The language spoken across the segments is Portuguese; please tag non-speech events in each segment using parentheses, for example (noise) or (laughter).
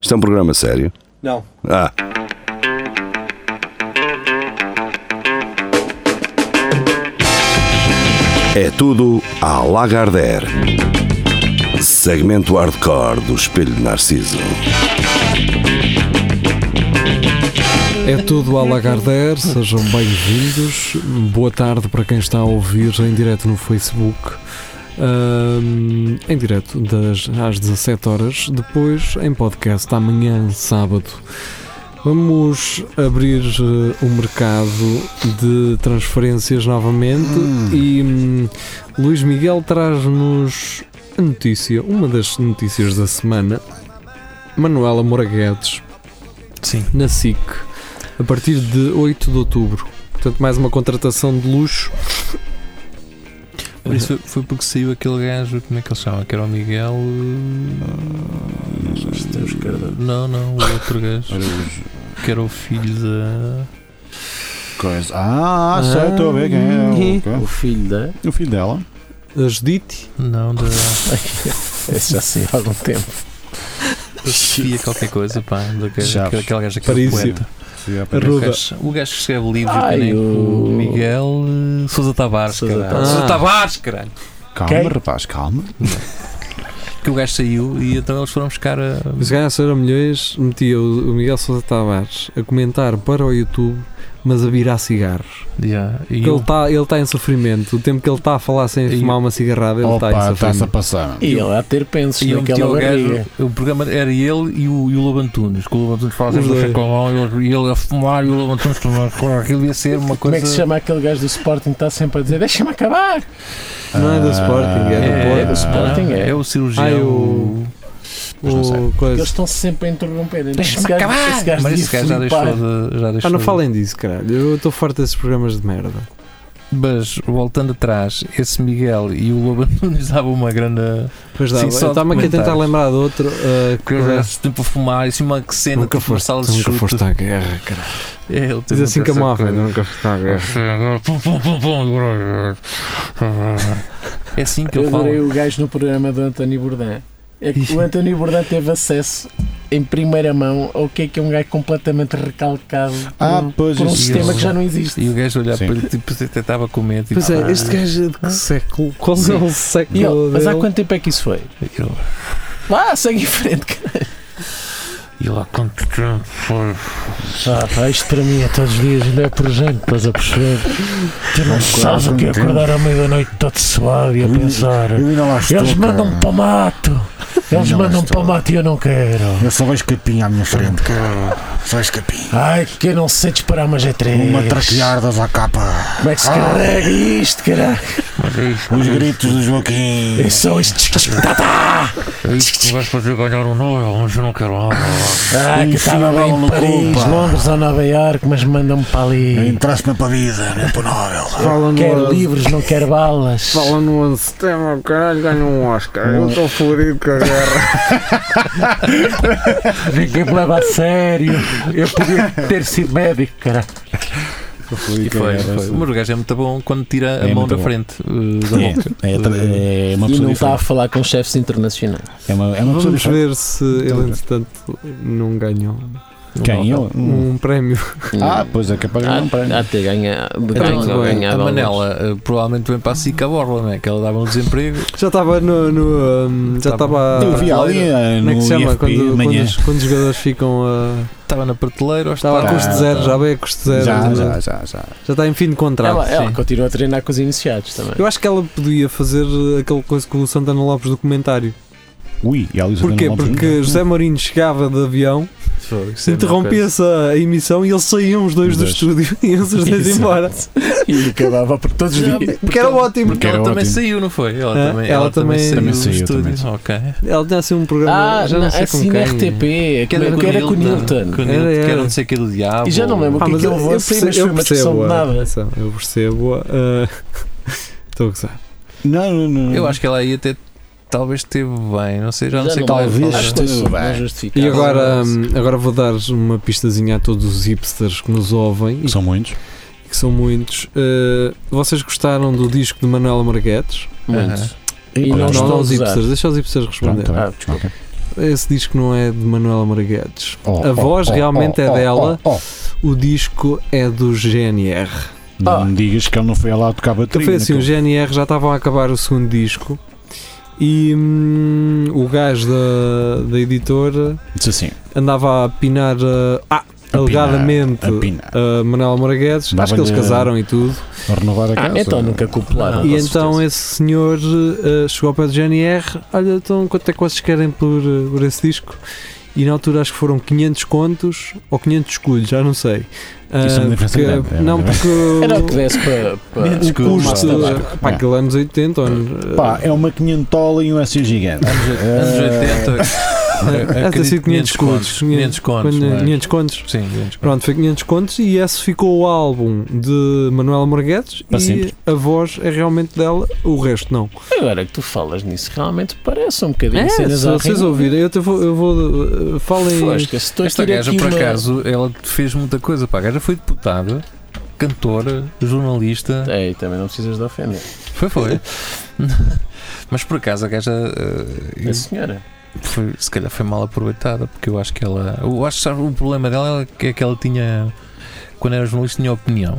Isto é um programa sério. Não. Ah, é tudo à Lagardère. Segmento hardcore do Espelho de Narciso. É tudo à Lagardère, sejam bem-vindos. Boa tarde para quem está a ouvir em direto no Facebook. Ahm, em direto das, às 17 horas, depois em podcast amanhã, sábado. Vamos abrir eh, o mercado de transferências novamente e hum, Luís Miguel traz-nos a notícia, uma das notícias da semana. Manuela Moraguedes Sim. na SIC a partir de 8 de outubro. Portanto, mais uma contratação de luxo. Por isso foi, foi porque saiu aquele gajo, como é que ele se chama? Que era o Miguel. uh, Não, não, o outro gajo. Que era o filho da. Coisa. Ah, sei, estou a ver quem é. O filho (laughs) da. O, o filho dela. A Judite Não, da. Esse já saiu há algum tempo. (laughs) da Sofia qualquer coisa, pá. Do gajo, Chaves. aquele, aquele gajo, aquele Parísio. poeta. O gajo, o gajo que escreve livros, Ai, que nem o- o Miguel uh, Sousa Tavares, Sousa caralho. Tavares. Sousa Ah. Tavares, caralho. Calma, Quem? rapaz, calma. Que o gajo saiu e então eles foram buscar a. Se ganhasse euro milhões, metia o o Miguel Sousa Tavares a comentar para o YouTube, mas a virar cigarros. Yeah, Porque e Ele o- está ele tá em sofrimento. O tempo que ele está a falar sem E- tá fumar uma cigarrada, ele tá está Opa, em está-se a sofrimento. passar. E ele a ter pensos E ele metia naquela o gajo, barriga. o programa era ele e o, e o Lobo Antunes, que o Lobo Antunes falava Os sempre do dois. chacolão e ele, e ele a fumar e o Lobo Antunes tomar claro, aquilo ia ser uma Como coisa. é que se chama aquele gajo do Sporting que está sempre a dizer deixa-me acabar? Não é do Sporting, é do É, Porto. é do Sporting, é. é o Ah, cirurgião. eu- Mas não sei. O coisa- Eles estão sempre a interromper. Deixa-me Esse gajo- acabar! Esse gajo Mas devia esse gajo já flipar. deixou de. Já deixou Ah, não de- falem disso, caralho. Eu estou forte desses programas de merda. Mas, voltando atrás, esse Miguel e o Lobo Antunes (laughs) davam uma grande. Pois dá, Sim, eu só estava aqui a tentar documentários. lembrar de outro. ah, que eu já sempre a fumar e assim uma que cena Nunca tipo, uma foste, sala de nunca chute. foste à guerra, caralho. É, ele Diz teve assim que a essa morre, coisa. nunca foste à guerra. É assim que Eu ele fala. adorei o gajo no programa do António Bourdain. É que o António Bourdain teve acesso em primeira mão ao que é que é um gajo completamente recalcado Ah, por, pois por um isso. sistema que já não E existe. o gajo olhar Sim. para ele, tipo, até estava com medo. Pois tipo, é, este gajo é de que século? Qual é o E ele, século mas há dele? quanto tempo é que isso foi? E ele- Vá, segue em frente, cara. E lá quanto tempo foi? Ah, pá, isto para mim é todos os dias, ainda é por gente, estás a perceber? Tu não sabes o que é acordar à meia-noite todo suado e a pensar. Eu ainda lá estou. Eles cara. mandam para o mato, eles Não, mandam estou. para o mato e eu não quero. Eu só vejo capim à minha frente, cara. Só vejo capim. Ai, que eu não sei disparar uma G3. Uma traquearda à capa. Como é que se carrega isto, caralho? Ah, Os gritos do Joaquim. É só isto. É isso que me vais fazer ganhar um Nobel, mas eu não quero nada. Ah, que eu estava bem Enfiavam em no cu, Paris, pá. Londres ou Nova Iorque, mas mandam-me para ali. Entraste-me para a vida, não é para o Nobel. Fala Quero livros, não quero balas. Fala no sistema, caralho, ganha um Oscar. Eu estou fodido com a guerra. Ninguém me leva a sério. Eu podia ter sido médico, cara. E foi, foi. Mas o gajo é muito bom quando tira a É mão muito da bom. frente uh, da boca. É, é, tra- é uma pessoa diferente. falar com chefes internacionais. É uma, é uma pessoa Vamos diferente. ver se ele, entretanto, não ganhou Quem? Eu? Hum. um prémio. Ah, pois é capaz de ganhar um prémio. até ganhar. ganhar- Então, ganhar a Manela uh, provavelmente vem para a SICA Borla, né? que ela dava um desemprego. Já estava no. no, hum, já Tá bom. estava. Eu vi ali eh, Como é no que se chama? IFP Quando, de quando, manhã. os, quando os jogadores ficam a. Estava na prateleira, ou Estava a Tá, custo zero, tá. já veio a custo zero. Já, já, já, já. Já está em fim de contrato. Ela, ela sim. continua a treinar com os iniciados (laughs) também. Eu acho que ela podia fazer aquela coisa com o Santana Lopes do comentário. Ui, e a Luísa Porquê? Fernanda Lopes Porque nunca- José Mourinho chegava de avião, Ah, é interrompia-se a emissão e eles saíam os dois Os do dois. estúdio (laughs) e iam os dois Exato. embora. E acabava por todos os dias. Que era ótimo. Porque era ela também ótimo. saiu, não foi? Ela Ah, também, ela também- Também saiu saiu, do também estúdio. Ok. Ela tinha assim um programa. Ah, já não sei com assim quem. na RTP. Que Como é que era com o Newton. Que Era, era. era não sei o que do diabo. E já não lembro. Ah, que mas aquilo eu, voa eu assim, mas percebo, foi eu uma discussão percebo. é. de a- nada. atenção, Eu percebo. a- ah, (laughs) Estou a gozar. Não, não, não. Eu acho que ela aí até talvez esteve bem, não sei, já, não sei qual é a talvez. fala. Acho que Tudo isso bem. não justifica. E agora, hum, agora vou dar uma pistazinha a todos os hipsters que nos ouvem e São muitos. que são muitos. Uh, vocês gostaram do disco de Manuela Marguetes? Muito. Aham. E Não, não não estou a os usar. hipsters, deixa os hipsters Pronto, responder. tá bem. Ah, desculpa. Ok. Esse disco não é de Manuela Marguedes. Oh, A oh, voz oh, realmente oh, é oh, dela. oh, oh. O disco é do GNR. Não me digas que ele não foi lá tocar Que bateria. Ah. foi assim, o naquele- GNR já estavam a acabar o segundo disco e hum, o gajo da, da editora Disse assim, andava a apinar uh, ah, A pinar, alegadamente ah, a pinar. a Manuela Moraguedes. Acho que Dava-lhe- eles casaram e tudo. a renovar a Ah, casa. então nunca Ah, cooperaram. E com então certeza. esse senhor eh, chegou ao pé do GNR, olha, então quanto é que vocês querem por, eh, por esse disco? E na altura acho que foram 500 contos ou 500 escudos, já não sei. Ah, Isso é uma diferença porque- grande, é uma não, diferença. porque o- Era o que desse para. para- o custo, Mas, eh, pá, aquilo anos 80, ou, eh, É. Pá, é uma quinhentola e um S gigante. Ah. Anos Eh, 80. deve ter sido 500 contos. 500 contos. quando- é? mas- 500 contos. Sim, 500 contos. Pronto, foi 500 contos e esse ficou o álbum de Manuela Morguedes Para e sempre. a voz é realmente dela, o resto não. Agora que tu falas nisso, realmente parece um bocadinho É, se cenas à vocês rima. ouvirem, eu, até vou, eu vou eh, falem Fosca, se tu Esta tirar gaja, então aqui por uma- acaso, ela fez muita coisa. Pá. A gaja foi deputada, cantora, jornalista. Ei, também não precisas de ofender. Foi, (laughs) foi. Mas por acaso a gaja eh, A senhora. foi- se calhar foi mal aproveitada, porque eu acho que ela. Eu acho que sabe, o problema dela é que- é que ela tinha. Quando era jornalista, tinha opinião.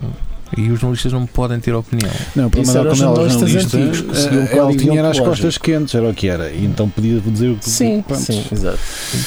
E os jornalistas não podem ter opinião. Ah, Não, o problema Isso dela era os como ela era jornalistas jornalista, antigos que seguiam eh, código ela tinha era as deontológico. costas quentes, era o que era. E então podia dizer o que Sim, pronto. sim, exato.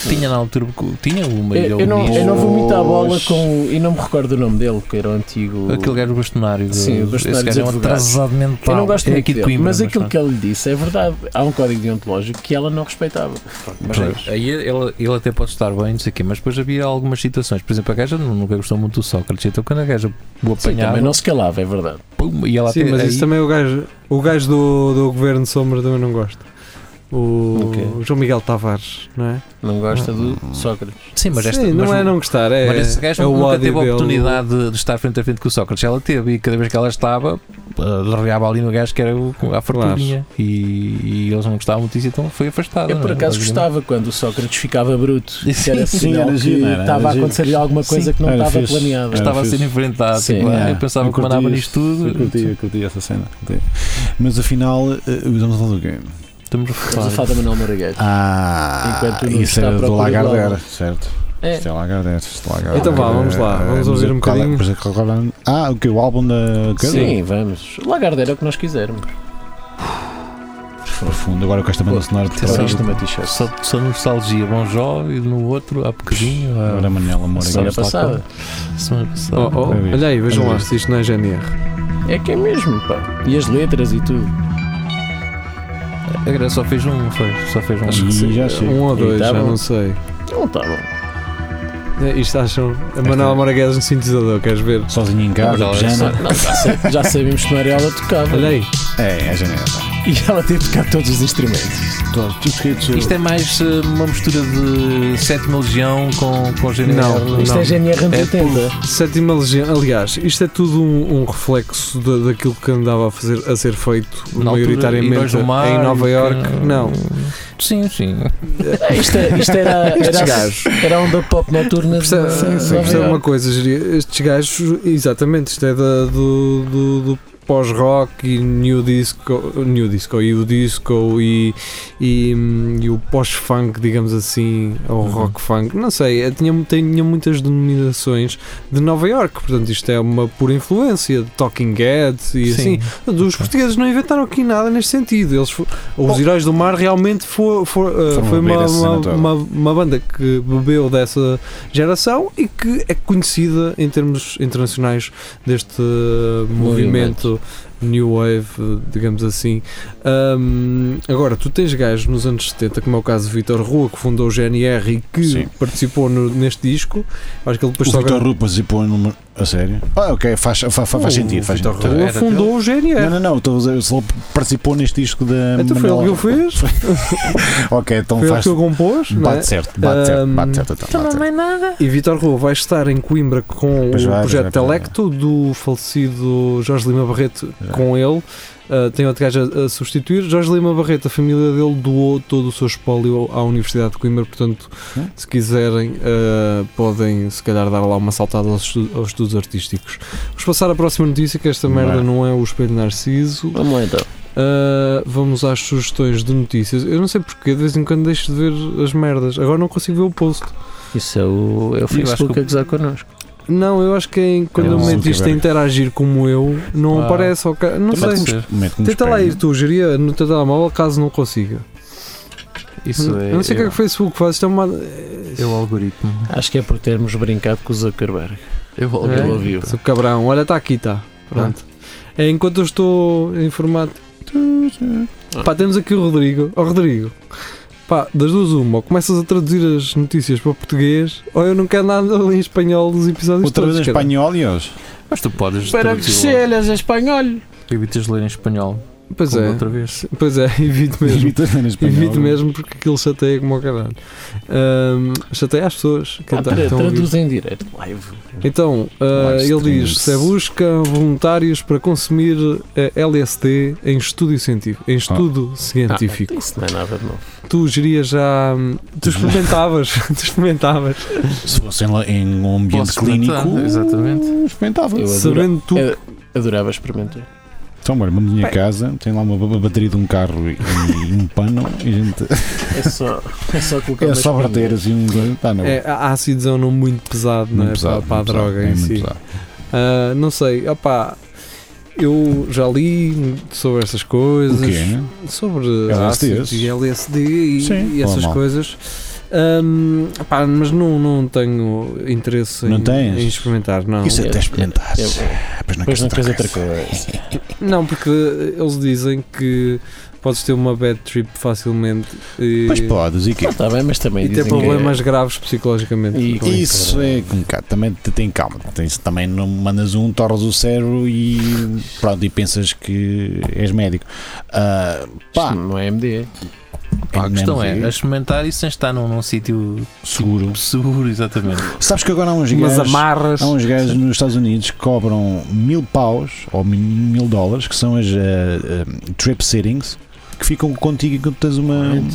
Tinha na altura. Tinha uma Eu, eu não, eu não vou muito à bola com. E não me recordo o nome dele, que era o antigo. Aquele gajo bastonário. do- Tipo, Sim, o esse bastonário gajo é um dos advogados. atrasado mental. Eu não gosto é muito aqui de dele, Coimbra, mas aquilo pronto. que ele disse é verdade. Há um código deontológico que ela não respeitava. Mas é Pois. isso. Aí ele, ele até pode estar bem, não sei o quê, mas depois havia algumas situações. Por exemplo, a gaja nu- nunca gostou muito do Sócrates, então quando a gaja o Sim, apanhava, também não se calava, é verdade. pum, e ela Sim, até mas aí, isso também é o gajo, o gajo do, do Governo de Sombra também não gosta. O, O quê? o João Miguel Tavares, não é? Não gosta do Hum. Sócrates. Sim, mas esta, Sim, não mas, é não gostar, é, mas esse gajo é o nunca ódio teve a dele. oportunidade de, de estar frente a frente com o Sócrates. Ela teve, e cada vez que ela estava, eh, derreava ali no gajo que era o, a farturinha. E, e eles não gostavam muito disso, então foi afastada. Eu por não é? acaso Basicamente. gostava quando o Sócrates ficava bruto. Que era Sim, sinal era que giro, era, estava era a giro. acontecer alguma coisa Sim, que não era estava fixe. É planeada. Era Estava a ser fixe. enfrentado. Sim, tipo, é. Eu pensava Eu que mandava curti nisto Eu curti, tudo. tipo, eu curti essa cena. curti. Mas afinal, eh, usamos o do game. Estamos Estamos a a falar. falar da Manuel Margueiro. Ah, Enquanto não isso está era à do procura de Lagardère, algo. certo? É. Isto é Lagardère, isto é Lagardère. Então vá, vamos lá, Eh, vamos mas ouvir um qual é- bocadinho. mas é que qual é- Ah, o que? O álbum da Cadu? Sim, vamos. Lagardeira é o que nós quisermos. Profundo, agora com esta banda sonora de Atenção. Ora, terror. isto numa t-shirt. Só, só nostalgia, Bom Jó, e no outro, há bocadinho. há- Agora Manela Moura. Semana agora está passada. Semana passada. Oh, oh, É olha aí, vejam É lá se isto não é GNR. É que é mesmo, pá. E as letras e tudo. oh, A é Graça só fez um, foi. Só fez um. Acho que sim, já chega. Um ou E dois, tá já bom. não Não sei. está Então tá bom. É, Isto acham. A é. Manuela Moraguedes no sintetizador, queres ver? com- Sozinho em Agora casa, ela é pijama. Não, já, sa- já sabemos que não era ela que tocava. Olha aí. É, é janeiro. E ela teve de tocar todos os instrumentos. Isto é mais eh, uma mistura de sétima legião com, com GNR. Não, Isto é GNR anos É 80. Sétima Legião, aliás, isto é tudo um, um reflexo da- daquilo que andava a, fazer, a ser feito Na altura, Heróis maioritariamente do Mar, em Nova e- Iorque. Não, Sim, sim. Ah, Isto, é- isto era, (laughs) estes era, gajos. era a onda pop noturna. de- Percebe, de- de- percebe uma coisa, Jeria? estes gajos, exatamente, isto é da- do, do- do pós-rock e new disco, new disco e o disco e, e, hum, e o pós-funk, digamos assim, ou rock-funk, não sei, é, tinha, tinha muitas denominações de Nova York, portanto isto é uma pura influência de Talking Heads e assim. Os portugueses não inventaram aqui nada neste sentido. Eles fo- os Heróis do Mar realmente fo- fo- eh, Foram foi beber uma, essa cena uma, toda. uma- uma banda que bebeu dessa geração e que é conhecida em termos internacionais deste eh, movimento, Movimento. New Wave, eh, digamos assim. Ahm, agora, tu tens gajos nos anos 70, como é o caso de Vitor Rua, que fundou o GNR e que Sim. participou no- neste disco. Acho que ele depois O só Vitor ganhou- Rupas e põe número. A sério? Ah, ok, faz, faz, faz, faz O sentido. Faz Vitor sentido. Rupa. Rua Era fundou o Não, GNR. não, não, estou a dizer, se ele participou neste disco da. Então foi ele que o fez, foi Ok, então ele faz. que o compôs. não é? Bate certo, bate certo, Ahm, é bate certo. Então, bate certo. E Vitor Rua vai estar em Coimbra com Pois o vai, projeto pois vai, Telecto do falecido Jorge Lima Barreto Já. com ele. Ah, tem outro gajo a, a substituir. Jorge Lima Barreto, a família dele doou todo o seu espólio à Universidade de Coimbra, portanto, Hum. se quiserem, ah, podem se calhar dar lá uma saltada aos, estu- aos estudos artísticos. Vamos passar à próxima notícia, que esta Vai. merda não é o espelho narciso. Vamos lá então. Ah, vamos às sugestões de notícias. Eu não sei porque, de vez em quando deixo de ver as merdas. Agora não consigo ver o post. Isso é o, é o acho Facebook que- a gozar connosco. Não, eu acho que é em- quando Eu eu não meto isto a tiver. interagir como eu, não Ah. aparece. ok? Não sei. Pode ser. Mete-me Tenta lá ir espelho. tu, geria no teu telemóvel, caso não consiga. Isso eu é. não sei o que é que o Facebook faz. Isto é uma. É o algoritmo. Acho que é por termos brincado com o Zuckerberg. Eu vou É? Ele ouviu. Seu cabrão, olha, está aqui, está. Pronto. É enquanto eu estou informado. Pá, temos aqui o Rodrigo. Ó Rodrigo, pá, das duas uma, ou começas a traduzir as notícias para o português, ou eu não quero nada ali em espanhol dos episódios Outra vez todos. um. em caralho. espanhol e hoje. Mas tu podes. Para que traduzi-lo. selhas a espanhol. Evitas ler em espanhol. Pois como é. Outra vez. Pois é, (laughs) evito (laughs) mesmo. Evita ler em espanhol. Evito mesmo porque aquilo chateia como ao caralho. Ahm, chateia as pessoas. que Ah, tá- tra- estão a ouvir. Traduz em direto. Live. Então, ah, Live ele streams. diz: se busca voluntários para consumir eh, LSD em estudo científico. Em estudo Ah, científico. isso não é nada de novo. Ah. Tu gerias já. hum, Tu Uhum. experimentavas. (laughs) tu experimentavas. Se fosse em, la- em um ambiente Posso clínico. experimentar, exatamente. Experimentava. Eu adoro- Sabendo tu. É. eu- Adorava experimentar. Então, olha, vamos à minha casa, tem lá uma, ba- bateria de um carro e, e um pano e a gente. É só, é só colocar É uma só espinha. bater assim um. Tá, não. É, a ácidos é um nome muito pesado, não é? muito pesado. para, para a muito droga pesado, em é muito si. pesado. Ah, não sei, opá. Eu já li sobre essas coisas. O quê? né? sobre LSDs. ácidos e LSD e, Sim. e essas Fala mal. coisas. Ahm, pá, mas não, não tenho interesse Não em, tens? em experimentar, não. Isso é- até experimentar. É bom. Depois não Depois não queres queres outra outra coisa. coisa. é- Não, porque eles dizem que podes ter uma bad trip facilmente e, Pois podes, e quê? Está tá bem, mas também e ter dizem é- problemas graves psicologicamente. E- com isso. é. Isso é complicado, também te tem calma. Tens, também não mandas um, torres o cérebro e pronto, e pensas que és médico. Ah, que pá, isto não é MD. Pá, a não questão sei. é, a experimentar isso sem estar num, num sítio seguro. seguro, exatamente. (laughs) Sabes que agora há uns Umas gajos. amarras. Há uns gajos nos Estados Unidos que cobram mil paus ou mi- mil dólares, que são as ah, ah, trip settings, que ficam contigo enquanto tens uma. um,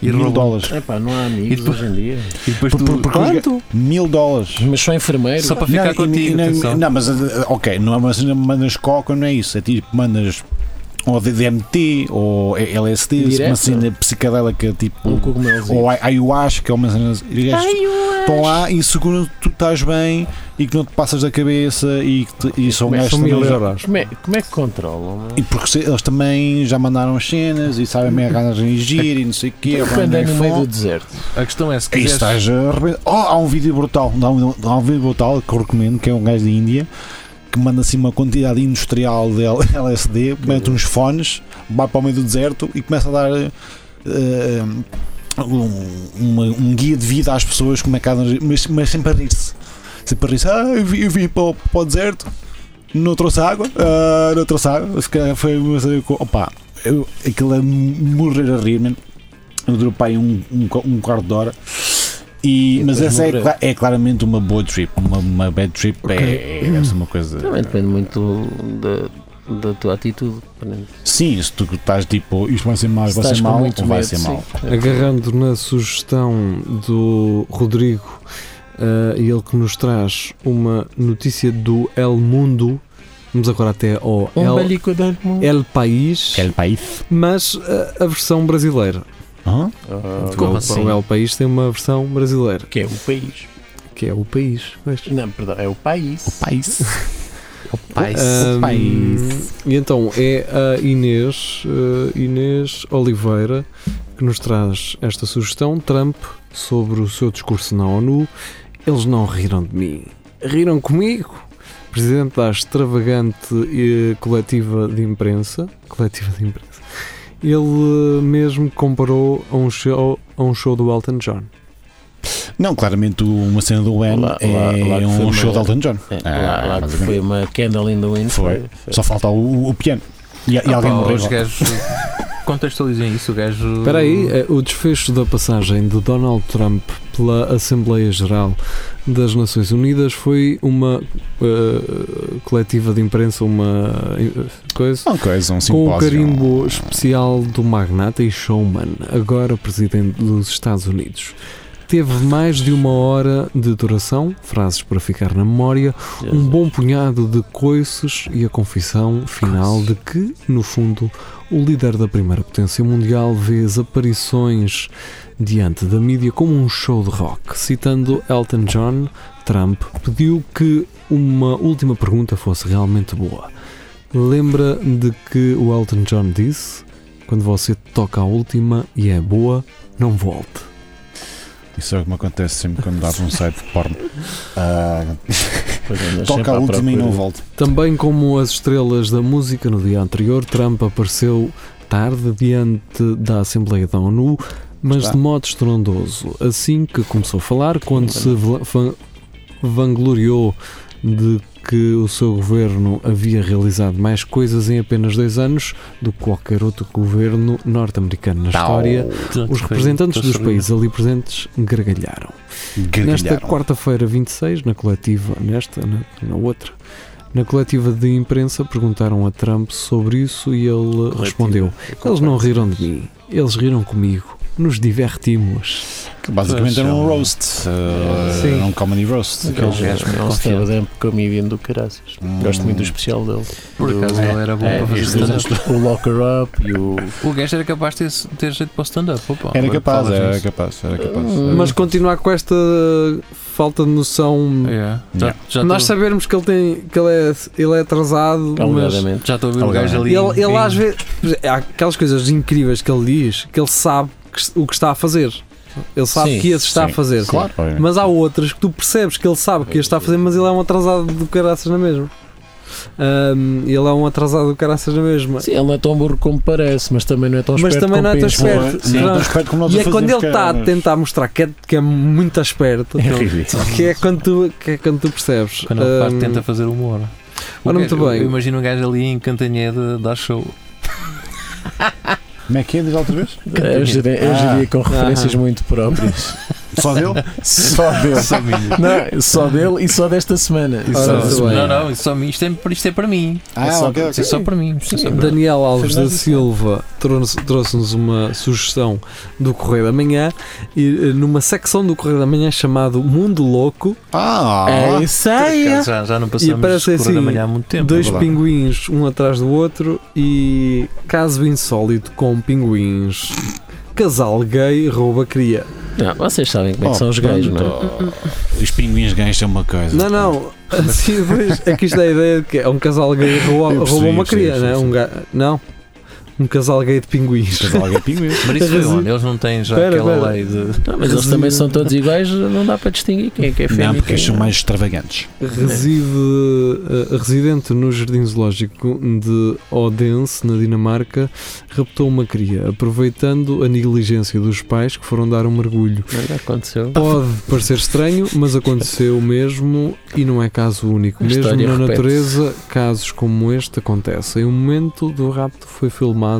E mil roubam. dólares. tipo, Epá, não há E amigos depois- hoje em dia. E depois Por- tu, por- por Quanto? Mil dólares. Mas só enfermeiro. Só para ficar Não, e- contigo, e não- atenção. Não, mas ah, ok, não é uma cena mandas coca, não é isso. É tipo, mandas ou DMT ou LSD, uma Direto. cena psicadélica tipo. Um cogumelzinho. ou ai- ayahuasca, ou é uma cena. e os gajos Estão lá e seguram que tu estás bem e que não te passas da cabeça e, que te, e são gajos São também mil já- euros. Como é, como é que controlam? E porque se- eles também já mandaram as cenas e sabem bem a ganas de reagir e não sei o quê. Eu agora quando é nem no meio fome. do deserto. A questão é, se Aí quiseres, estás arrebentado. Oh, há um vídeo brutal. Há um, há um vídeo brutal que eu recomendo, que é um gajo da Índia, que manda assim uma quantidade industrial de L- (laughs) LSD, mete uns fones, vai para o meio do deserto e começa a dar. eh, eh, um, uma- um guia de vida às pessoas como é que há de- mas, mas sempre a rir-se sempre a rir-se, ah eu vim, eu vim para, o, para o deserto não trouxe água ah, não trouxe água se calhar foi uma cena que- opa, eu, aquilo é morrer a rir man. eu durou para aí um, um, co- um quarto de hora e, E mas depois essa é, morreu. cla- é claramente uma boa trip uma, uma bad trip é- Ok. é, deve ser uma coisa Também depende muito da, da tua atitude. sim, se tu estás tipo isto vai ser mau, vai ser mau vai ser mau Ah, Agarrando na sugestão do Rodrigo, eh, e ele que nos traz uma notícia do El Mundo, vamos agora até ao Um El, balico de almo. El País, é o país mas eh, a versão brasileira. Hã? Como o, assim? o El País tem uma versão brasileira, Ah, Que é o país. que é o país. pois. Não, perdão, é o país. o país Ahm, país. E então é a Inês, eh, Inês Oliveira que nos traz esta sugestão. Trump sobre o seu discurso na ONU. Eles não riram de mim. Riram comigo. Presidente da extravagante eh, coletiva de imprensa. Coletiva de imprensa. Ele eh, mesmo comparou a um show, a um show do Elton John. Não, claramente o- uma cena do Wen Lá- lá- é lá que foi um uma- show de Elton John. É, Ah, lá, lá mas que foi uma candle in the wind. Foi. foi. Só falta o, o piano. E, e Ah, alguém pá, morreu. os (laughs) gajos contextualizem isso, o gajo. Espera aí, eh, o desfecho da passagem de Donald Trump pela Assembleia Geral das Nações Unidas foi uma eh, coletiva de imprensa, uma eh, coisa. Uma coisa, um Com o simpósio. carimbo especial do magnata e showman, agora presidente dos Estados Unidos. Teve mais de uma hora de duração, frases para ficar na memória, um bom punhado de coices e a confissão final de que, no fundo, O líder da primeira potência mundial vê as aparições diante da mídia como um show de rock. Citando Elton John, Trump pediu que uma última pergunta fosse realmente boa. Lembra de que o Elton John disse: quando você toca a última e é boa, não volte. Isso é o que me acontece sempre quando dás um site de (laughs) porno. Ah, Pois andas sempre toca à a última e procura. não volto. Também como as estrelas da música no dia anterior, Trump apareceu tarde diante da Assembleia da ONU, mas Está. de modo estrondoso. Assim que começou a falar, quando se vla- van- vangloriou de que o seu governo havia realizado mais coisas em apenas dois anos do que qualquer outro governo norte-americano na história, os representantes dos países ali presentes gargalharam. Nesta Gargalharam. quarta-feira, 26, na coletiva, nesta, na, na outra, na coletiva de imprensa, perguntaram a Trump sobre isso e ele respondeu: Eles não riram de mim, eles riram comigo, nos divertimos. Que basicamente era um roast. ah, Sim. era um comedy roast. Aqueles Aquele gajos não confiantes. estava dentro comedian do caraças. Hum. Gosto muito do especial dele. Por Do- acaso ele era bom É, para fazer e stand-up. dos- o Locker Up e o. O gajo era capaz de ter, ter jeito para o stand-up. opa. Era capaz, Falas era nisso. capaz, era capaz. Hum, Mas continuar com esta falta de é. noção. Yeah. Já- Yeah. É, já Nós estou- sabermos que ele, tem, que ele, é, ele é atrasado, mas. Alegadamente. Já estou a ver o é. gajo ali. Ele, ele em- às vezes. Há aquelas coisas incríveis que ele diz que ele sabe que- o que está a fazer. Ele sabe Sim, que esse está sim, a fazer. Claro. obviamente. Mas há outras que tu percebes que ele sabe que este está a fazer, mas ele é um atrasado do caraças na mesma. Ahm, ele é um atrasado do caraças na mesma. Sim, ele não é tão burro como parece, mas também não é tão Mas esperto como também não é tão pensa. Não é? esperto. Sim, Não. tão esperto como nós E o é quando fazemos, um- ele está a caralho. tentar mostrar que é, que é muito esperto, É ridículo. que é quando tu, que é quando tu percebes. Quando ele faz, Ahm, tenta fazer humor. O Hum. Ora, gajo- muito bem. Eu imagino um gajo ali em Cantanhede dar show. Como é que é? Diz outra vez? É, Eu diria, eu diria com referências Aham. muito próprias. Só dele? ah. (laughs) só dele. Só mim. Não, só dele e só desta semana. Ora, Só- muito bem. não, não, isso só mim. Isto, é, isto é para mim. Ah, só- ok, Isto é ok. só para mim. Sim. Daniel Alves da Fernando. Silva trouxe- trouxe-nos uma sugestão do Correio da Manhã e eh, numa secção do Correio da Manhã chamado Mundo Louco, Ah, É isso aí. Já, já não E passamos aparece por da assim, manhã há muito tempo. Dois é verdade. pinguins, um atrás do outro, e caso insólito com pinguins. Casal gay rouba cria. Não, vocês sabem como é Oh, que são os gays, pronto. não é? Os pinguins ganhos são uma coisa. Não, (laughs) não, assim, pois, aqui está a ideia de que é um casal gay rouba, Eu percebi, rouba uma eu percebi, cria, eu não é? percebi. Um ga... Não, um casal gay de pinguins. Mas alguém é pinguim. Mas isso foi Tens razão. onde? Eles não têm já assim. Espera, aquela espera. lei de. Não, mas eles também são todos iguais, não dá para distinguir quem é que é fêmea. Não, e porque quem eles são não. mais extravagantes. Reside, eh, residente no Jardim Zoológico de Odense, na Dinamarca, raptou uma cria, aproveitando a negligência dos pais que foram dar um mergulho. Nada aconteceu. Pode parecer estranho, mas aconteceu mesmo e não é caso único. A Mesmo história na repete-se. natureza, casos como este acontecem. O momento do rapto foi filmado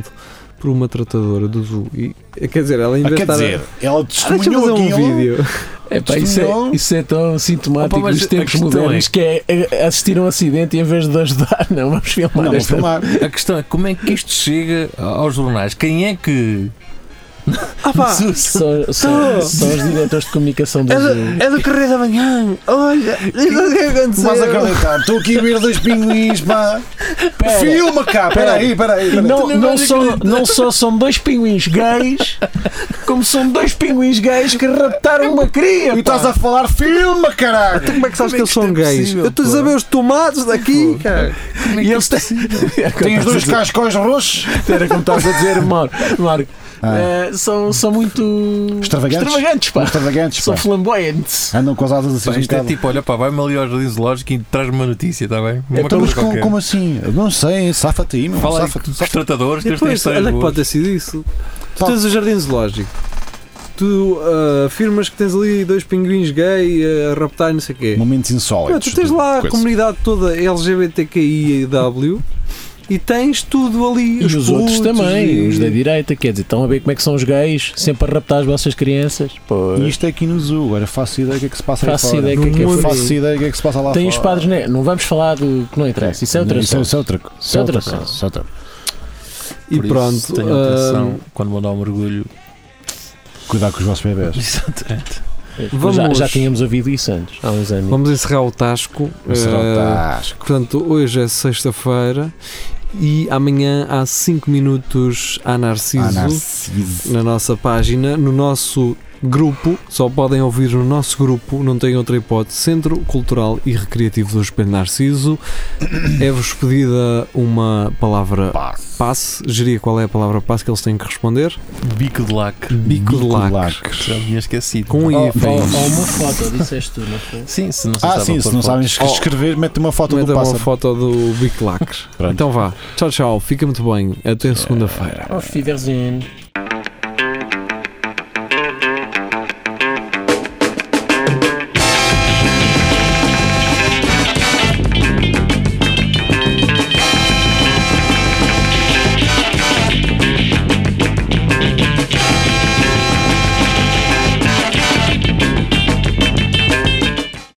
por uma tratadora do zoo. E, quer dizer, ela Ah, ainda quer está. dizer, ela deixa testemunhou fazer um aquilo. vídeo. É pá, isso, é, Testemunhou? isso é tão sintomático Opa, mas dos a tempos questão modernos que é é assistir a um acidente e em vez de ajudar, (laughs) não, vamos filmar Não, vou esta. filmar. A questão é como é que isto chega aos jornais? Quem é que. Ah pá! São, são, são os diretores de comunicação do Zoom. É do Correio da Manhã! Olha! Isso é o que Tu Vais aconteceu! acreditar, estou aqui a ver dois pinguins, pá. Filma cá, peraí, peraí. E peraí. não, não, só, não só são dois pinguins gays, como são dois pinguins gays que raptaram uma cria. E pá. estás a falar, filma, caralho. Como é que sabes que eles são isto é gays? possível, Eu estou a saber os tomates daqui, cara! E eles têm. (laughs) Tem os dois cascóis roxos. Era como estás a dizer, Marco. Marco eh, são, são muito. Extravagantes? Extravagantes, pá. Extravagantes, pá. São flamboyantes. Andam com as asas assim. Pá, um isto é bocado. tipo, olha pá, vai-me ali ao jardim zoológico e traz-me uma notícia, está bem? Uma Então, coisa mas como, qualquer. como assim? Eu não sei, safa-te aí, meu. Fala aí safa-te. dos tratadores, que eles têm Depois, histórias olha que boas. pode ter sido isso. Tu Pá. tens o jardim zoológico. Tu ah, afirmas que tens ali dois pinguins gay a raptar e não sei o quê. Momentos Não, insólitos. tu tens lá a Coisa. comunidade toda LGBTQIAW e tens tudo ali. E os, outros putos também, e- os da direita, quer dizer, estão a ver como é que são os gays, sempre a raptar as vossas crianças. E Pois. isto é aqui no zoo, agora faço ideia do que é que se passa Faço aí fora. ideia do que é que é por Não aí. faço ideia do que é que se passa lá Tem os fora. padres, né? não vamos falar do que não interessa, isso é outra Isso é- coisa. isso é outra coisa. Isso é outra Outra coisa. coisa. isso é outra E Por isso, pronto. ah, Tenham atenção quando vão dar um (laughs) mergulho. coisa. Cuidar com os vossos bebés. Exatamente. Vamos- Já, já tínhamos ouvido isso antes, há uns ah, anos. vamos encerrar o Tasco. Será o Ah, Tasco. Portanto, hoje é sexta-feira E amanhã há 5 minutos a Narciso, Ah, Narciso. na nossa página, no nosso grupo. Só podem ouvir no nosso grupo, não tem outra hipótese. Centro Cultural e Recreativo do Espelho Narciso. É-vos pedida uma palavra Passe. passe. Geria qual é a palavra passe que eles têm que responder. Bico de lac. Bico, de de lacre. lacre. Já me tinha esquecido. Com um hífen. Ou, ou uma foto, disseste tu, não foi? Sim, se não se Ah, sabe sim, pôr se não fotos. sabem Oh. escrever, mete uma foto Meta do uma pássaro. foto do Bico de Lacre. Pronto. então vá. Tchau, tchau. Fica muito bem. Até segunda-feira. Auf Wiedersehen.